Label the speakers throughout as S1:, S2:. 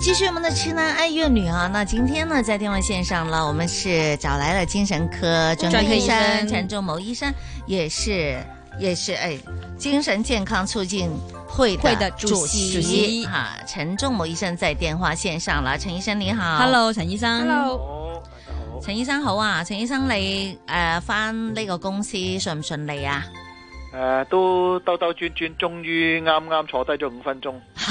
S1: 继续我们的痴男爱乐女啊，那今天呢在电话线上了，我们是找来了精神科专科
S2: 专科
S1: 医
S2: 医
S1: 生
S2: 生
S1: 陈仲谋医生，也是也是哎，精神健康促进会
S2: 会的
S1: 的主
S2: 主席主席
S1: 哈、陈仲谋医生在电话线上啦，陈医生你好
S2: Hello，陳醫生。
S3: Hello，
S1: 陈医生好啊，陈医生你诶翻呢个公司顺唔顺利 啊？
S4: 诶、呃都兜兜轉轉，終於啱啱坐低咗五分鐘，
S1: 系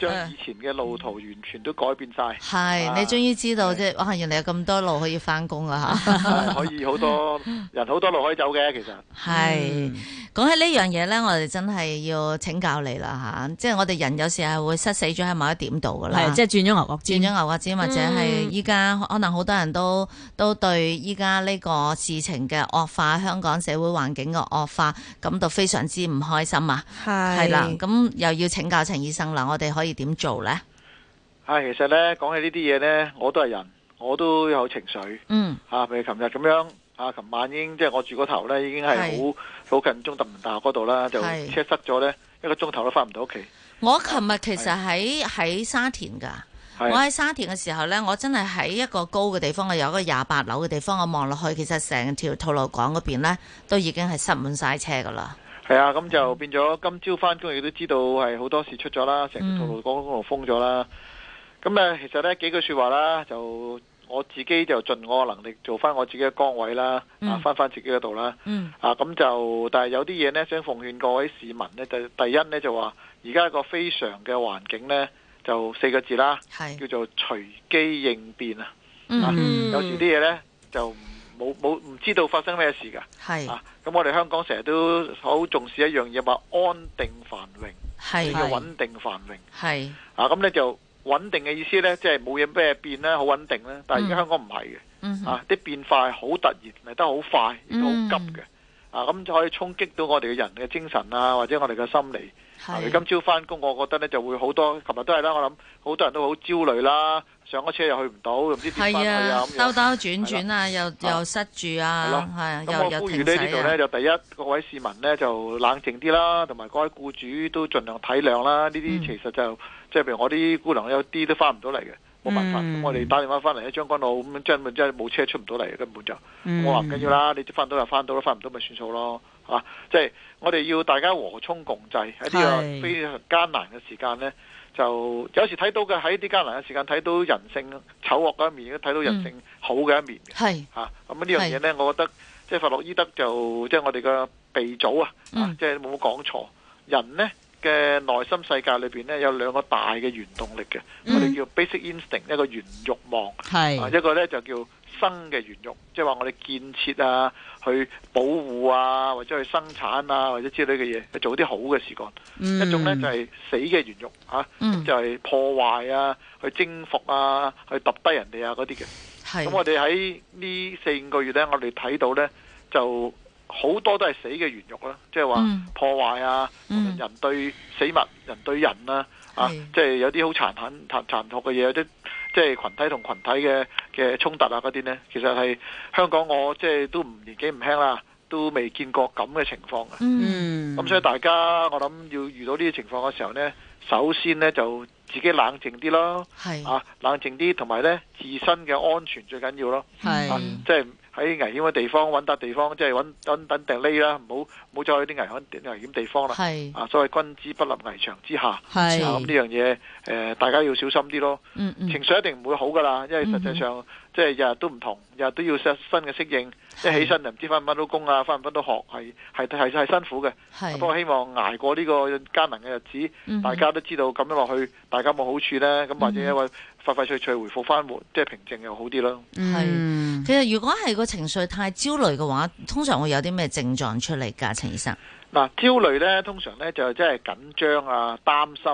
S4: 將以前嘅路途完全都改變晒，
S1: 系，你终于知道即系哇，原嚟有咁多路可以翻工啊吓！
S4: 係呃可以好多人好多路可以走嘅，其實
S1: 系講起呢樣嘢咧，我哋真係要請教你啦吓，即係我哋人有時係會失死咗喺某一點度噶
S5: 啊
S1: 啦，
S4: 啊
S2: 係，即係轉咗牛角
S1: 轉
S2: 尖。
S1: 咗牛角尖，或者係
S2: 嗯
S1: 依家可能好多人都都對依家呢個事情嘅惡化，香港社會環境嘅惡化感到非常之唔開心啊，係啦，咁又要請教陳醫生啦，我哋可以點做咧？
S4: 唉，其實呢，講起呢啲嘢呢，我都係人，我都有情緒
S1: 嗯，
S4: 吓、啊譬如琴日咁樣啊，琴晚已經即係我住嗰頭呢，已經係
S1: 係
S4: 好好近中文大學嗰度啦，就
S1: 係
S4: 車塞咗呢，一個鐘頭都翻唔到屋企，
S1: 我琴日其實喺喺沙田㗎。我
S4: 係
S1: 喺沙田嘅時候呢，我真係喺一個高嘅地方，我有一個廿八樓嘅地方，我望落去，其實成條吐露港嗰邊呢，都已經係塞滿晒車噶啦。
S4: 係啊，咁就變咗今朝翻工亦都知道係好多事出咗啦，成條
S1: 嗯
S4: 道路公路封咗啦。咁咧，其實呢幾句说話啦，就我自己就盡我能力做翻我自己嘅崗位啦，
S1: 嗯
S4: 啊，翻翻自己嗰度啦。
S1: 嗯，
S4: 啊，咁就但係有啲嘢呢，想奉勸各位市民呢，就第一呢，就話，而家個非常嘅環境呢，就四個字啦，
S1: 係，
S4: 叫做隨機應變啊。
S1: 嗯，
S2: 嗯
S4: 有時啲嘢呢，就冇冇唔知道發生咩事㗎。
S1: 係，
S4: 啊，咁我哋香港成日都好重視一樣嘢，話安定繁榮，
S1: 係，
S4: 叫
S2: 係
S4: 穩定繁榮。
S1: 係，
S4: 啊，咁咧就穩定嘅意思咧，即係冇嘢咩變啦，好穩定啦。但係而
S1: 嗯
S4: 家香港唔係嘅，
S1: 嗯哼，
S4: 啊，啲變化係好突然，嚟得好快，亦都好急
S1: 嗯
S4: 嘅。啊，咁就可以衝擊到我哋嘅人嘅精神啊，或者我哋嘅心理。啊
S1: 係，
S4: 今朝翻工，我覺得咧就會好多，琴日都係啦。我諗好多人都好焦慮啦，上咗車又去唔到，又唔知點翻去
S1: 係
S4: 啊
S1: 啊，
S4: 咁
S1: 兜
S4: 樣。
S1: 兜轉轉啊，又又塞住
S4: 係
S1: 啊
S4: 咯，
S1: 係啊，
S4: 咁
S1: 又
S4: 我
S1: 又
S4: 呼
S1: 停
S4: 籲呢呢度
S1: 駛
S4: 呢，
S1: 啊，
S4: 就第一各位市民呢，就冷靜啲啦，同埋各位僱主都盡量體諒啦。呢
S1: 嗯
S4: 啲其實就即係譬如我啲姑娘有啲都翻唔到嚟嘅，冇辦法。
S2: 嗯
S4: 咁我哋打電話翻嚟喺將軍澳咁樣，真係真係冇車出唔到嚟，根本就
S2: 嗯
S4: 我話唔緊要啦，你翻到就翻到啦，翻唔到咪算數咯。啊，即係我哋要大家和衷共濟喺呢
S2: 係
S4: 個非常艱難嘅時間呢，就有時睇到嘅喺啲艱難嘅時間睇到人性醜惡嘅一面，亦都睇到人
S1: 嗯
S4: 性好嘅一面嘅。
S1: 係，
S4: 嚇。啊咁呢樣嘢呢，我覺得即係弗洛伊德就即係我哋嘅鼻祖啊，
S1: 嗯
S4: 啊即係冇講錯。人呢嘅內心世界裏邊呢，有兩個大嘅原動力嘅，
S1: 嗯
S4: 我哋叫 basic instinct，一個原慾望，啊
S2: 係
S4: 一個呢就叫生嘅原慾，即係話我哋建設啊、去保護啊、或者去生產啊或者之類嘅嘢，去做啲好嘅事幹。
S5: 嗯
S4: 一種呢就係死嘅原慾嚇，
S1: 嗯，
S4: 就係破壞啊、去征服啊、去揼低人哋啊嗰啲嘅。咁
S1: 係，
S4: 我哋喺呢四五個月呢，我哋睇到呢，就好多都係死嘅原肉啦，即係話
S1: 嗯
S4: 破壞啊，
S1: 嗯
S4: 人對死物、人對人啊，啊，
S1: 係
S4: 即係有啲好殘忍、殘殘酷嘅嘢，有啲即係群體同群體嘅嘅衝突啊嗰啲呢，其實係香港我即係都唔年紀唔輕啦，都未見過咁嘅情況嘅。
S2: 嗯
S1: 嗯，
S4: 咁所以大家我諗要遇到呢啲情況嘅時候呢，首先呢就自己冷靜啲咯，
S1: 係，
S4: 啊，冷靜啲，同埋呢自身嘅安全最緊要咯。
S2: 係
S4: 啊
S1: 嗯
S4: 即係喺危險嘅地方揾笪地方，即係揾揾揾定匿啦，唔好唔好再去啲危險危險地方啦。
S1: 係，
S4: 啊，所謂君子不立危牆之下，啊
S2: 係
S4: 咁呢樣嘢誒，大家要小心啲咯。
S1: 嗯嗯，
S4: 情緒一定唔會好噶啦，因為實際上即係日日都唔同，日日都要新新嘅適應，一起身就唔知翻唔翻到工啊，翻唔翻到學，係係係係辛苦嘅。不過
S1: 係，
S4: 希望捱過呢個艱難嘅日子，
S1: 嗯
S4: 啊大家都知道咁樣落去，大家冇好處呢。咁或者因為快快脆脆回復翻活，即係平靜又好啲咯。
S1: 係
S2: 嗯
S1: 其實如果係個情緒太焦慮嘅話，通常會有啲咩症狀出嚟㗎，陳醫生？
S4: 嗱，焦慮咧，通常咧就即係緊張啊、擔心、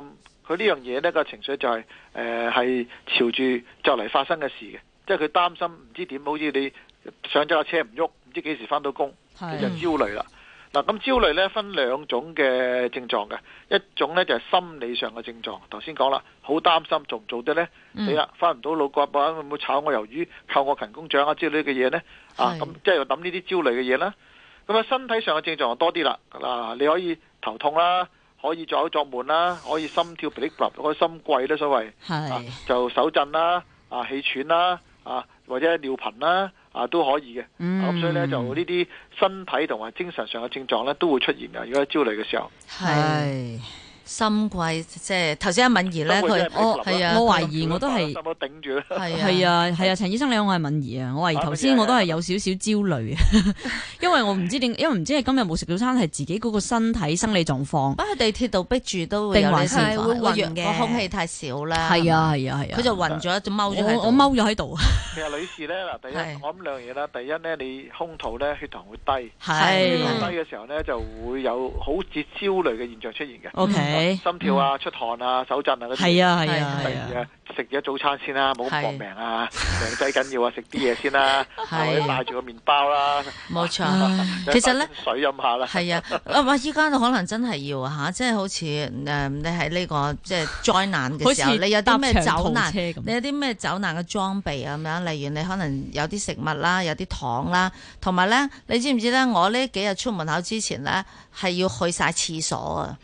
S4: 佢呢樣嘢呢個情緒就係誒係朝住就嚟發生嘅事嘅，即係佢擔心唔知點，好似你上咗架車唔喐，唔知幾時翻到工，你就
S1: 嗯
S4: 焦慮啦。嗱，咁焦慮呢分兩種嘅症狀嘅，一種呢就係心理上嘅症狀。頭先講啦，好擔心做唔做得呢？
S1: 嗯
S4: 死啦，翻唔到老國啊，會唔會炒我魷魚、扣我勤工獎啊之類嘅嘢呢？啊，
S1: 係
S4: 咁即係諗呢啲焦慮嘅嘢啦。咁啊，身體上嘅症狀就多啲啦。嗱，你可以頭痛啦，可以作嘔作悶啦，可以心跳噼哩啪啦，可以心悸啦，所謂啊
S1: 係，
S4: 就手震啦，啊氣喘啦，啊或者尿頻啦，啊都可以嘅。
S1: 嗯
S4: 咁所以咧就呢啲身體同埋精神上嘅症狀咧都會出現嘅。如果喺焦慮嘅時候，
S1: 係
S5: 啊
S1: 心悸，即係頭先阿敏儀咧，
S4: 心悸
S1: 佢
S4: 真係
S1: 我
S4: 劈立
S1: 係
S4: 啦
S1: 啊，
S5: 我懷疑我都係
S4: 心口頂住啦。
S1: 係啊，
S5: 係啊，係啊，陳醫生你好，我係敏儀啊，我懷疑頭先我都係有少少焦
S4: 啊
S5: 慮，啊 因為我唔知點，因為唔知係今日冇食早餐係自己嗰個身體生理狀況。
S1: 不
S4: 啊
S1: 過地鐵度逼住都會有
S5: 定
S1: 呢啲
S5: 還是
S1: 情況，
S3: 係會暈
S1: 個
S3: 嘅
S1: 空氣太少啦，
S5: 係，啊係啊係啊，
S1: 佢就暈咗，就踎咗喺度
S5: 我我踎咗喺度，啊
S4: 其實女士咧嗱，第
S1: 係
S4: 一我諗兩樣嘢啦。第一咧，你胸肚咧血糖會低，
S1: 係
S4: 血糖
S1: 嗯
S4: 低嘅時候咧就會有好似焦慮嘅現象出現嘅。
S5: O K，
S4: 心跳
S1: 嗯
S4: 啊、出汗啊、手震啊嗰啲。
S5: 係啊係啊
S4: 第
S5: 係啊
S4: 二。啊，食咗早餐先啦，冇咁
S1: 係
S4: 搏命啊，命仔緊要啊，食啲嘢先啦，啊
S1: 係
S4: 或者帶住個麵包啦，
S1: 冇錯。
S4: 或者
S1: 其實呢
S4: 帶杯水飲下啦。
S1: 係啊，啊哇！依家可能真係要啊嚇，即係好似誒、你喺呢、個即係災難嘅時候，
S5: 好似
S1: 你有啲咩
S5: 搭長
S1: 走
S5: 途
S1: 難，
S5: 車咁
S1: 你有啲咩走難嘅裝備啊咁樣，例如你可能有啲食物啦，有啲糖啦，同埋咧，你知唔知咧？我呢幾日出門口之前咧，係要去晒廁所啊，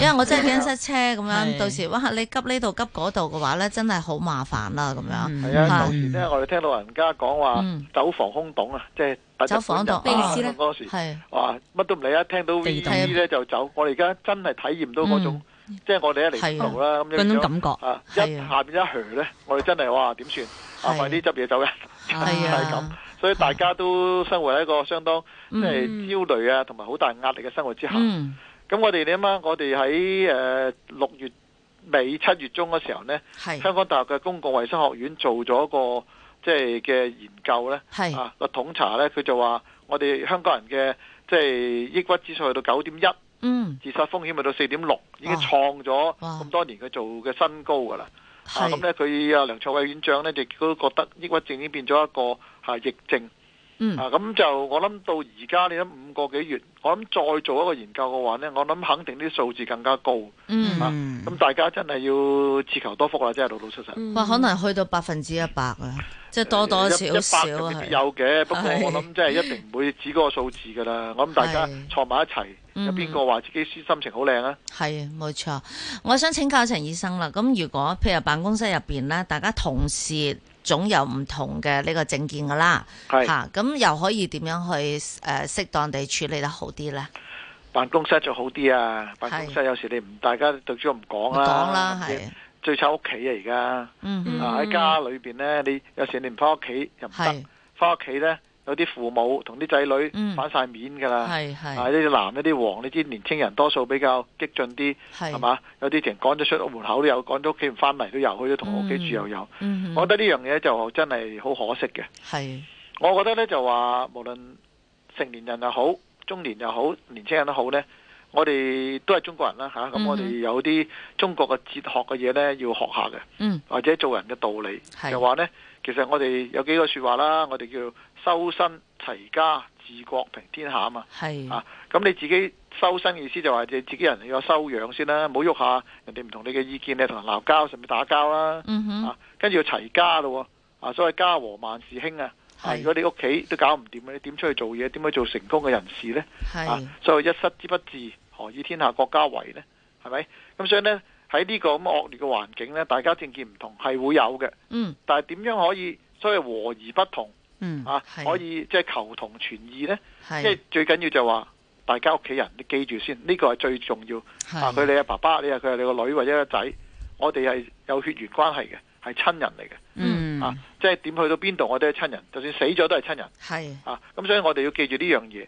S1: 因為我真係驚塞車咁 樣，
S5: 係
S1: 到時哇你急呢度急嗰度嘅話咧，真係好麻煩啦咁樣。
S5: 嗯
S4: 係啊，
S1: 嚇
S4: 舊時咧，我哋聽老人家講話
S1: 嗯
S4: 走防空洞啊，即係等日
S1: 走防空洞
S4: 本人打
S3: 咩意思呢
S4: 咁嗰時。
S1: 係
S4: 哇！乜都唔理啊，聽到 V
S5: 地
S4: V
S1: 洞
S4: 咧就走。我哋而家真係體驗到嗰種，即係我哋一嚟到啦，咁樣
S5: 嗰種
S4: 樣
S5: 感覺。
S4: 啊，一
S1: 係啊
S4: 下邊一鋤咧，我哋真係哇點算？啊，
S1: 係
S4: 快啲執嘢走人！
S1: 係
S4: 係嗯咁
S1: 啊，
S4: 所以大家都生活喺一個相當即
S3: 嗯
S4: 係焦慮啊，同埋好大壓力嘅生活之下。
S1: 嗯
S4: 咁我哋你諗下，我哋喺誒六月尾七月中嗰時候呢，
S1: 係
S4: 香港大學嘅公共衛生學院做咗個即係嘅研究呢，
S1: 係
S4: 啊個統查呢，佢就話我哋香港人嘅即係抑鬱指數去到九點一，
S1: 嗯
S4: 自殺風險去到四點六，已經
S1: 哇
S4: 創咗
S1: 哇
S4: 咁多年佢做嘅新高㗎啦。啊，咁
S1: 係
S4: 咧佢啊梁卓偉院長呢，亦都覺得抑鬱症已經變咗一個啊疫症。
S1: 嗯
S4: 啊，咁就我諗到而家你諗五個幾月，我諗再做一個研究嘅話呢，我諗肯定啲數字更加高。咁、
S1: 嗯。
S5: 嗯
S4: 大家真係要自求多福啦，真係老老實實。
S1: 哇，可能去到百分之一百啊，即係多多
S4: 一一
S1: 少
S4: 百
S1: 少
S4: 就
S1: 啊，
S4: 未必
S1: 係
S4: 有嘅，不過
S1: 係
S4: 我諗即係一定唔會指嗰個數字㗎啦。我諗大家
S1: 係
S4: 坐埋一齊，有
S1: 嗯
S4: 邊個話自己心情好靚啊？
S1: 係啊冇錯。我想請教陳醫生啦，咁如果譬如辦公室入邊咧，大家同事總有唔同嘅呢個政見噶啦，
S4: 係
S1: 嚇咁又可以點樣去誒適當地處理得好啲咧？
S4: 辦公室就好啲啊！辦公室有時你唔大家對住唔講啦，
S1: 講啦，係，
S4: 最慘屋企啊！而家、
S1: 嗯哼，
S4: 啊喺家裏邊呢，你有時你唔翻屋企又唔得。
S1: 係
S4: 翻屋企呢，有啲父母同啲仔
S1: 嗯
S4: 女反晒面㗎啦。
S1: 係
S4: 啊！
S1: 係
S4: 一啲藍一啲黃，你知年青人多數比較激進啲，係
S1: 係，
S4: 嘛？有啲人趕咗出屋門口都有，趕咗屋企唔翻嚟都有，去咗同屋企住又有。
S1: 嗯
S4: 我
S1: 哼，
S4: 覺得呢樣嘢就真係好可惜嘅。
S1: 係
S4: 我覺得呢，就話，無論成年人又好，中年又好，年青人都好呢，我哋都係中國人啦吓，咁、
S1: 嗯
S4: 我哋有啲中國嘅哲學嘅嘢呢，要學下嘅。
S1: 嗯
S4: 或者做人嘅道理，
S1: 係
S4: 就話呢，其實我哋有幾個説話啦，我哋叫修身齊家治國平天下啊嘛。
S1: 係
S4: 啊，咁你自己修身嘅意思就話你自己人要有修養先啦，唔好喐下人哋唔同你嘅意見，你同人鬧交甚至打交啦。
S1: 嗯哼
S4: 啊，跟住要齊家咯喎，啊，所謂家和萬事興啊。啊
S1: 係
S4: 如果你屋企都搞唔掂，啊你點出去做嘢？點去做成功嘅人士呢？啊
S1: 係，
S4: 所謂一室之不治，何以天下國家為呢？係咪？咁所以呢，喺呢個咁惡劣嘅環境呢，大家政見唔同係會有嘅，
S1: 嗯
S4: 但係點樣可以所謂和而不同
S5: 嗯
S4: 啊？
S1: 係
S4: 可以即係求同存異呢？即
S1: 係
S4: 係最緊要就話大家屋企人，你記住先，呢個係最重要。啊，佢
S1: 係
S4: 你係爸爸，你係佢係你個女或者個仔，我哋係有血緣關係嘅，係親人嚟嘅。
S5: 嗯
S4: 啊，即係點去到邊度，我哋係親人，就算死咗都係親人。
S1: 係
S4: 啊，咁所以我哋要記住呢樣嘢。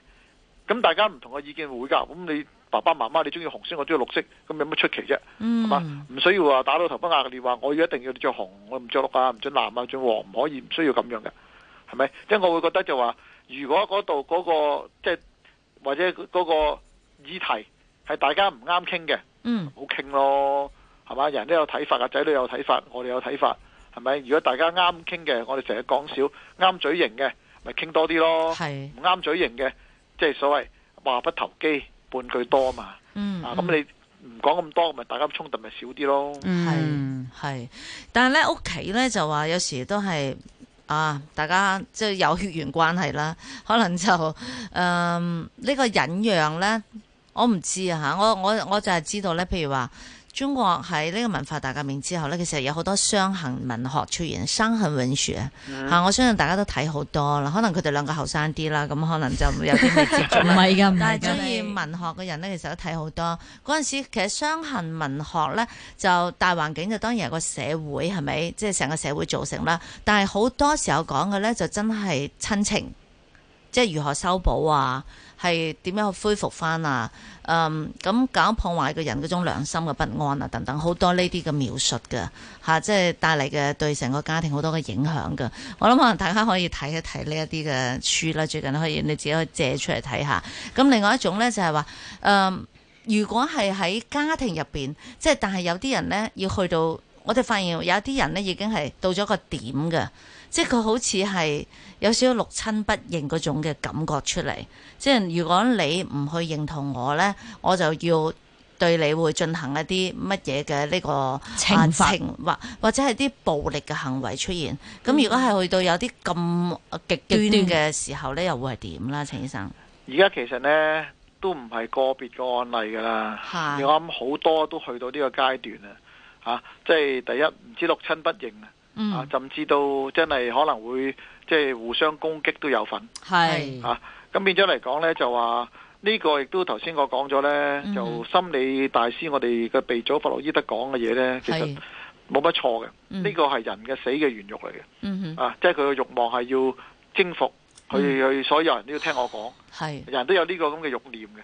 S4: 咁大家唔同嘅意見會㗎，咁你爸爸媽媽你中意紅色，我中意綠色，咁有乜出奇啫？係嘛、
S1: 嗯
S4: 唔需要話打到頭崩額裂，話我要一定要着紅，我唔着綠啊，唔着藍啊，唔着黃，唔可以，唔需要咁樣嘅，係咪？即係我會覺得就話，如果嗰度嗰個即係或者嗰個議題係大家唔啱傾嘅，
S1: 嗯
S4: 唔好傾咯。係嘛？人都有睇法啊，仔女有睇法，我哋有睇法，係咪？如果大家啱傾嘅，我哋成日講少；啱嘴型嘅，咪傾多啲咯。
S1: 係，
S4: 唔啱嘴型嘅，即係所謂話不投機，半句多嘛。
S1: 嗯，
S4: 啊，咁你唔講咁多，咪大家衝突咪少啲咯。
S5: 嗯，
S1: 係，但係咧屋企咧就話有時都係啊，大家即係有血緣關係啦，可能就 誒呢、個忍讓咧，我唔知啊嚇，我我我就係知道咧，譬如話。中國喺呢個文化大革命之後咧，其實有好多傷痕文學出現，傷痕文學啊嚇、我相信大家都睇好多啦。可能佢哋兩個後生啲啦，咁可能就有啲未接觸
S5: 唔
S1: 啦。
S5: 係㗎，唔
S1: 但係
S5: 係
S1: 中意
S5: 㗎。
S1: 文學嘅人咧，其實都睇好多。嗰陣時其實傷痕文學咧，就大環境就當然係個社會係咪？即係成個社會造成啦。但係好多時候講嘅咧，就真係親情，即係如何修補啊，係點樣去恢復翻啊？嗯，咁搞破壞個人嗰種良心嘅不安啊，等等好多呢啲嘅描述嘅嚇、即係帶嚟嘅對成個家庭好多嘅影響嘅。我諗可能大家可以睇一睇呢一啲嘅書啦，最近可以你自己可以借出嚟睇下。咁另外一種咧就係話，誒、呃如果係喺家庭入邊，即係但係有啲人咧要去到，我哋發現有啲人咧已經係到咗個點嘅，即係佢好似係有少少六親不認嗰種嘅感覺出嚟。即係如果你唔去認同我咧，我就要。對你會進行一啲乜嘢嘅呢個
S5: 懲
S1: 啊
S5: 罰
S1: 懲或或者係啲暴力嘅行為出現，咁如果係去到有啲咁極端
S5: 極
S1: 嘅時候咧，又會係點啦，陳醫生？
S4: 而家其實呢，都唔係個別個案例㗎啦。
S1: 係
S4: 我諗好多都去到呢個階段啦，嚇、即係第一唔知六親不認啊，啊
S1: 嗯，
S4: 甚至到真係可能會即係互相攻擊都有份。
S5: 係
S4: 啊咁變咗嚟講呢，就話呢、個亦都頭先我講咗呢，
S1: 嗯
S4: 就心理大師我哋嘅鼻祖弗洛伊德講嘅嘢呢，其實
S1: 係，
S4: 冇乜錯嘅。
S1: 嗯
S4: 呢個係人嘅死嘅原欲嚟嘅，
S1: 嗯哼，
S4: 啊，即係佢嘅慾望係要征服，佢佢所有人都要聽我講，
S1: 係，
S4: 人都有呢個咁嘅慾念嘅。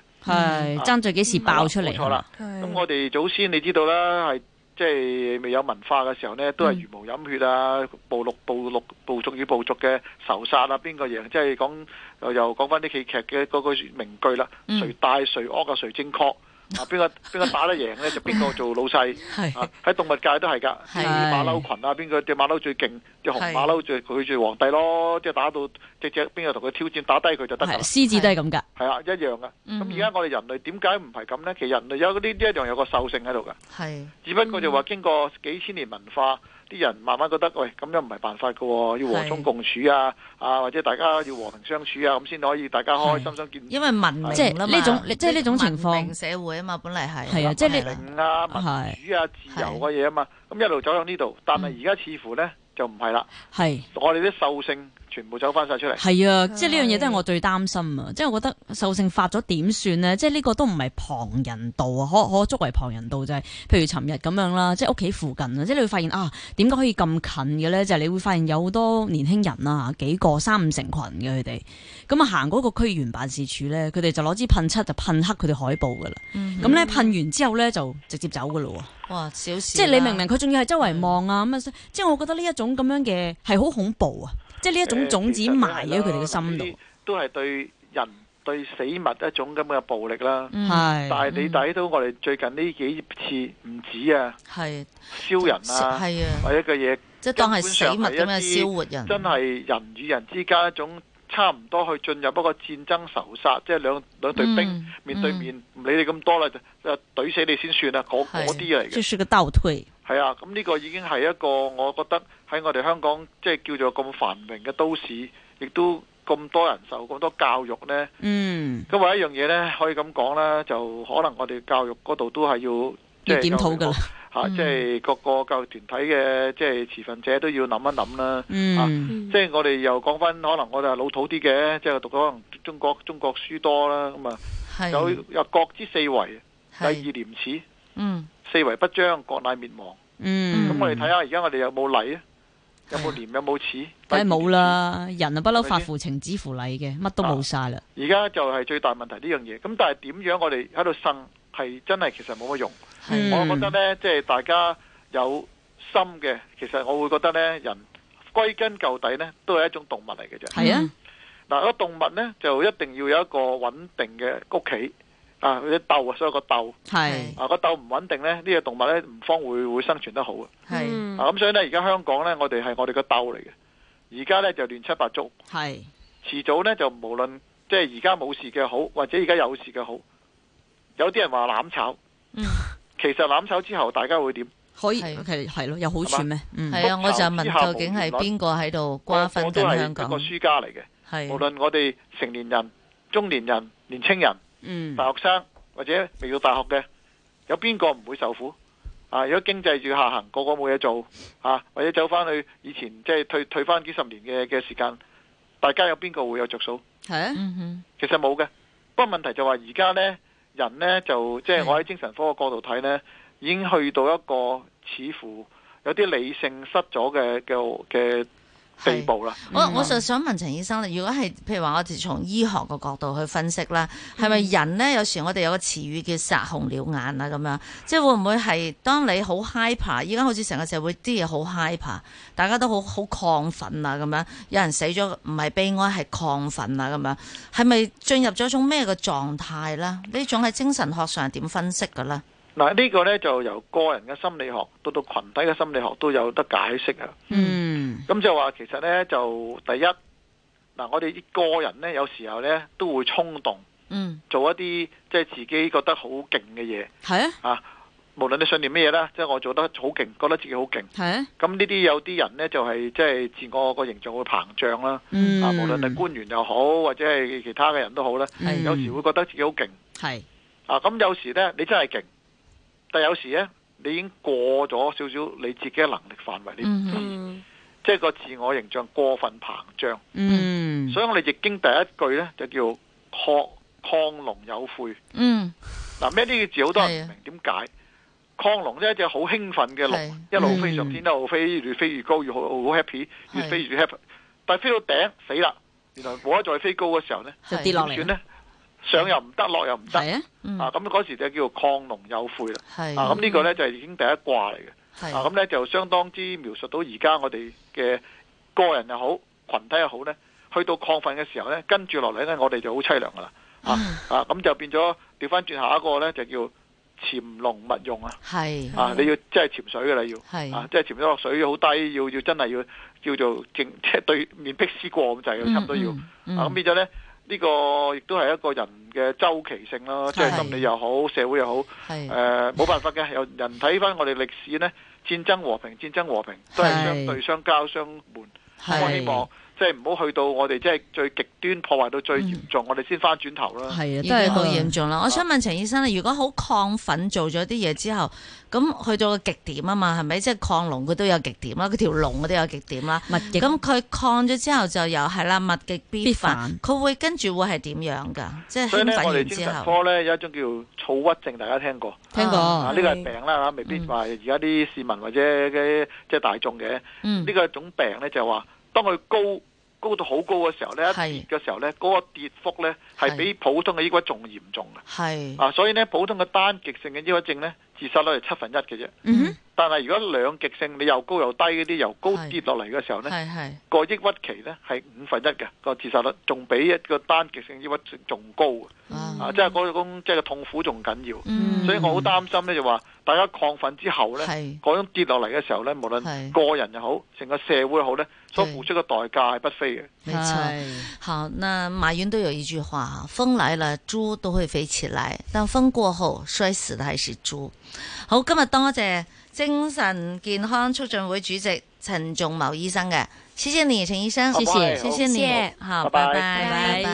S5: 係，爭在幾時爆出嚟？
S4: 冇錯啦。咁我哋祖先你知道啦，係即係未有文化嘅時候呢，都係茹毛飲血啊，部落部落部族與部族嘅仇殺啊，邊個贏？即係講又又講翻啲戲劇嘅嗰句名句啦，
S1: 嗯
S4: 誰大誰惡啊，誰正確啊？邊個邊個打得贏呢？就邊個做老細
S1: 係，
S4: 啊！喺動物界都係㗎，
S1: 係
S4: 啲馬騮群啊，邊個隻馬騮最勁？隻紅
S1: 係
S4: 馬騮最佢最皇帝咯，即係打到隻隻邊個同佢挑戰，打低佢就得㗎
S5: 係
S4: 啦。
S5: 獅子都係咁㗎，
S4: 係啊，一樣噶。
S1: 嗯
S4: 咁而家我哋人類點解唔係咁呢？其實人類有呢呢一樣有個獸性喺度噶，
S1: 係，
S4: 只不
S1: 嗯
S4: 過就話經過幾千年文化，啲人慢慢覺得喂咁樣唔係辦法噶、喎，要和衷共處啊，啊或者大家要和平相處啊，咁先可以大家開開心心見
S1: 因為文明啊
S5: 即係
S1: 啦嘛
S5: 呢種即係呢種情況
S1: 文明社會啊嘛，本嚟係，
S5: 係啊即係呢
S1: 係啦
S4: 明啊、民
S5: 係
S4: 主啊、自由嘅嘢啊嘛。咁一路走向呢度，但
S1: 嗯
S4: 係而家似乎呢，就唔係啦，
S5: 係。
S4: 我哋啲獸性全部走翻晒出嚟。
S5: 係啊，即係呢樣嘢都係我最擔心啊！即係我覺得獸性發咗點算呢？即係呢個都唔係旁人道啊，可可作為旁人道就係、譬如尋日咁樣啦，即係屋企附近啊，即係你會發現啊，點解可以咁近嘅呢？就係、你會發現有好多年輕人啊，幾個三五成群嘅佢哋，咁啊行嗰個區議員辦事處呢，佢哋就攞支噴漆就噴黑佢哋海報噶啦，
S1: 嗯
S5: 咁呢，噴完之後呢，就直接走噶咯喎。
S1: 哇，小事啦，
S5: 即係你明唔明？佢仲要係周圍望啊咁啊！即係我覺得呢一種咁樣嘅係好恐怖啊！即係呢一種種子埋喺佢哋嘅心度，
S4: 呢啲都係對人對死物一種咁嘅暴力啦。
S1: 嗯
S5: 係
S4: 但係你睇到我哋最近呢幾次唔止啊，
S1: 係，
S4: 燒人啊，
S1: 係啊，
S4: 或者嘅嘢
S1: 即係當係死物咁樣燒活人，
S4: 真係人與人之間一種差唔多去進入一個戰爭仇殺，即係兩兩隊兵
S1: 嗯
S4: 面對面，唔理你咁多啦，就就懟死你先算啦，嗰
S1: 係
S4: 嗰啲嚟
S5: 即
S4: 嘅。
S5: 是個倒退，
S4: 係啊，咁呢個已經係一個我覺得喺我哋香港即係叫做咁繁榮嘅都市，亦都咁多人受咁多教育呢。
S5: 嗯，
S4: 咁話一樣嘢呢，可以咁講啦，就可能我哋教育嗰度都係要即
S5: 要
S4: 係
S5: 檢討噶啦，
S4: 嚇、
S1: 嗯
S4: 即係各個教育團體嘅即係持份者都要諗一諗啦。
S5: 嗯，
S4: 即係我哋又講翻，可能我哋係老土啲嘅，即係讀可能中國中國書多啦，咁啊
S1: 係
S4: 有有國之四維，第二
S1: 係，
S4: 廉恥，
S1: 嗯，
S4: 四維不張，國乃滅亡。
S5: 嗯，
S4: 咁我哋睇下而家我哋有冇 禮啊？有冇廉？有冇恥？
S5: 梗係冇啦，人啊不嬲發乎情，止乎禮嘅，乜都冇晒啦，
S4: 第二廉恥。而家就係最大問題呢樣嘢。咁但係點樣我哋喺度呻係真係其實冇乜用。
S1: 係，
S5: 嗯
S4: 我覺得呢，即係大家有心嘅，其實我會覺得呢，人歸根究底呢，都係一種動物嚟嘅啫。
S5: 係啊，
S4: 嗱，個動物呢，就一定要有一個穩定嘅屋企，啊，或者鬥啊，所有個鬥
S5: 係
S4: 啊，個鬥唔穩定咧，呢隻動物咧唔方會會生存得好嘅。
S1: 係
S4: 啊，咁所以咧，而家香港咧，我哋係我哋個鬥嚟嘅。而家咧就亂七八糟，
S5: 係
S4: 遲早咧就無論即係而家冇事嘅好，或者而家有事嘅好，有啲人話攬炒，
S1: 嗯
S4: 其實攬炒之後大家會點？
S5: 可以
S1: 係
S5: 係係咯，有好處咩？嗯，
S1: 係啊，我就問究竟係邊個喺度瓜分
S4: 我都
S1: 緊
S4: 係
S1: 香
S4: 一
S1: 港
S4: 個？輸家嚟嘅，
S1: 係
S4: 無論我哋成年人、中年人、年青人。
S5: 嗯
S4: 大學生或者未到大學嘅，有邊個唔會受苦？啊！如果經濟住下行，個個冇嘢做啊，或者走翻去以前即係退退翻幾十年嘅嘅時間，大家有邊個會有着數？
S5: 係啊，
S1: 嗯哼
S4: 其實冇嘅。不過問題就話而家呢人呢，就即係我喺精神科嘅角度睇呢，已經去到一個似乎有啲理性失咗嘅嘅嘅地步啦。
S1: 我
S5: 嗯
S1: 我就想問陳醫生啦，如果係譬如話我哋從醫學個角度去分析啦，
S5: 嗯
S1: 係咪人呢？有時我哋有個詞語叫殺紅了眼啊咁樣，即係會唔會係當你好 hyper，依家好似成個社會啲嘢好 hyper，大家都好好亢奮啊咁樣，有人死咗唔係悲哀係亢奮啊咁樣，係咪進入咗一種咩嘅狀態啦？呢種喺精神學上係點分析㗎啦？
S4: 嗱，呢個呢，就由個人嘅心理學到到群體嘅心理學都有得解釋啊。
S5: 嗯
S4: 咁就話其實呢，就第一，嗱我哋啲個人呢，有時候呢都會衝動
S1: 嗯
S4: 做一啲即係自己覺得好勁嘅嘢
S5: 係啊
S4: 啊，無論你信念咩嘢啦，即係我做得好勁，覺得自己好勁。
S5: 係啊，
S4: 咁呢啲有啲人呢，就係即係自我個形象會膨脹啦，
S5: 嗯，
S4: 啊無論係官員又好，或者係其他嘅人都好啦，
S5: 嗯
S4: 有時會覺得自己好勁
S5: 係
S4: 啊。咁有時呢，你真係勁，但有時呢，你已經過咗少少你自己嘅能力範圍，你
S1: 嗯哼
S2: 嗯
S4: 即係個自我形象過分膨脹。
S5: 嗯
S4: 所以我哋易經第一句咧就叫亢亢龍有悔。
S1: 嗯
S4: 嗱，咩呢個字好多人唔
S1: 係啊
S4: 明點解？亢龍呢一隻好興奮嘅
S1: 係
S4: 龍，一路飛上
S5: 嗯
S4: 天，一路飛越飛越高，越好好 happy，越
S1: 係
S4: 飛越 happy。但係飛到頂死啦，原來冇得再飛高嘅時候呢，
S5: 就跌
S1: 係
S5: 落嚟
S4: 點算
S5: 啦
S4: 呢？上又唔得，落又唔得。
S5: 係啊，
S1: 嗯
S4: 啊，咁嗰時就叫亢龍有悔啦。
S1: 係
S4: 啊，咁呢個呢，就係易經第一卦嚟嘅。
S1: 係
S4: 啊，咁咧就相當之描述到而家我哋嘅個人又好，群體又好咧，去到亢奮嘅時候咧，跟住落嚟咧，我哋就好凄涼噶啦。啊
S1: 嗯
S4: 啊，咁就變咗調翻轉下一個咧，就叫潛龍勿用啊！
S1: 係
S4: 啊，你要即係潛水噶啦，要
S1: 係
S4: 啊，即係潛咗落水好低，要要真係要叫做正 即係對面壁思過咁滯嘅，差唔多要。
S1: 嗯嗯
S4: 啊，咁變咗咧，呢個亦都係一個人嘅周期性啦，即係
S1: 係
S4: 心理又好，社會又好。
S1: 係
S4: 誒呃冇、辦法嘅，有人睇翻我哋歷史呢，戰爭和平，戰爭和平都係
S5: 係
S4: 相對相交相門。
S1: 係
S4: 我希望即係唔好去到我哋即係最極端破壞到最嚴
S1: 嗯
S4: 重，我哋先翻轉頭啦。
S5: 係啊，
S1: 已
S5: 真係
S1: 經好嚴重啦！我想問陳醫生咧，如果好亢奮做咗啲嘢之後，咁去到個極點啊嘛，係咪？即係亢龍佢都有極點啦，佢條龍佢都有極點啦。
S5: 物極
S1: 咁佢亢咗之後就又係啦，物極必
S5: 必
S1: 反
S5: 反，
S1: 佢會跟住會係點樣㗎？即係
S4: 所以
S1: 興
S4: 呢，
S1: 奮
S4: 我哋
S1: 完
S4: 精
S1: 之
S4: 神
S1: 後，
S4: 科呢，有一種叫躁鬱症，大家聽過
S5: 聽
S1: 哦
S4: 啊？
S5: 過
S4: 呢個係
S2: 係
S4: 病啦，未必話而家啲市民或者嘅即係大眾嘅
S1: 嗯
S4: 呢，個係種病呢，就係話當佢高高到好高嘅時候呢，
S1: 係
S4: 一跌嘅時候呢，嗰、個跌幅呢係
S1: 係
S4: 比普通嘅抑鬱仲嚴重嘅。
S1: 係
S4: 啊，所以咧普通嘅單極性嘅抑鬱症咧，自殺率係七分一嘅啫。
S5: 嗯哼
S4: 但係如果兩極性，你又高又低嗰啲，由高
S1: 係
S4: 跌落嚟嘅時候咧，
S1: 係係
S4: 個抑鬱期咧係五分一嘅個自殺率，仲比一個單極性抑鬱症仲高嘅
S1: 啊，
S4: 啊！即係嗰種即係個痛苦仲緊要，
S1: 嗯
S4: 所以我好擔心咧就話，大家亢奮之後咧，
S1: 係
S4: 嗰種跌落嚟嘅時候咧，無論
S1: 係
S4: 個人又好，成個社會又好咧，所付出嘅代價係不菲嘅。
S1: 沒錯。好，那馬雲都有一句話哈，風來了，豬都會飛起來，但風過後，摔死的還是豬。好，今日多謝精神健康促進會主席陳仲謀醫生嘅，謝謝你，陳醫生，
S4: 好唔該
S1: 謝謝
S4: 好
S1: 你
S2: 謝，
S1: 好，
S4: 拜
S1: 拜拜，拜
S4: 拜
S5: 拜拜
S1: 拜。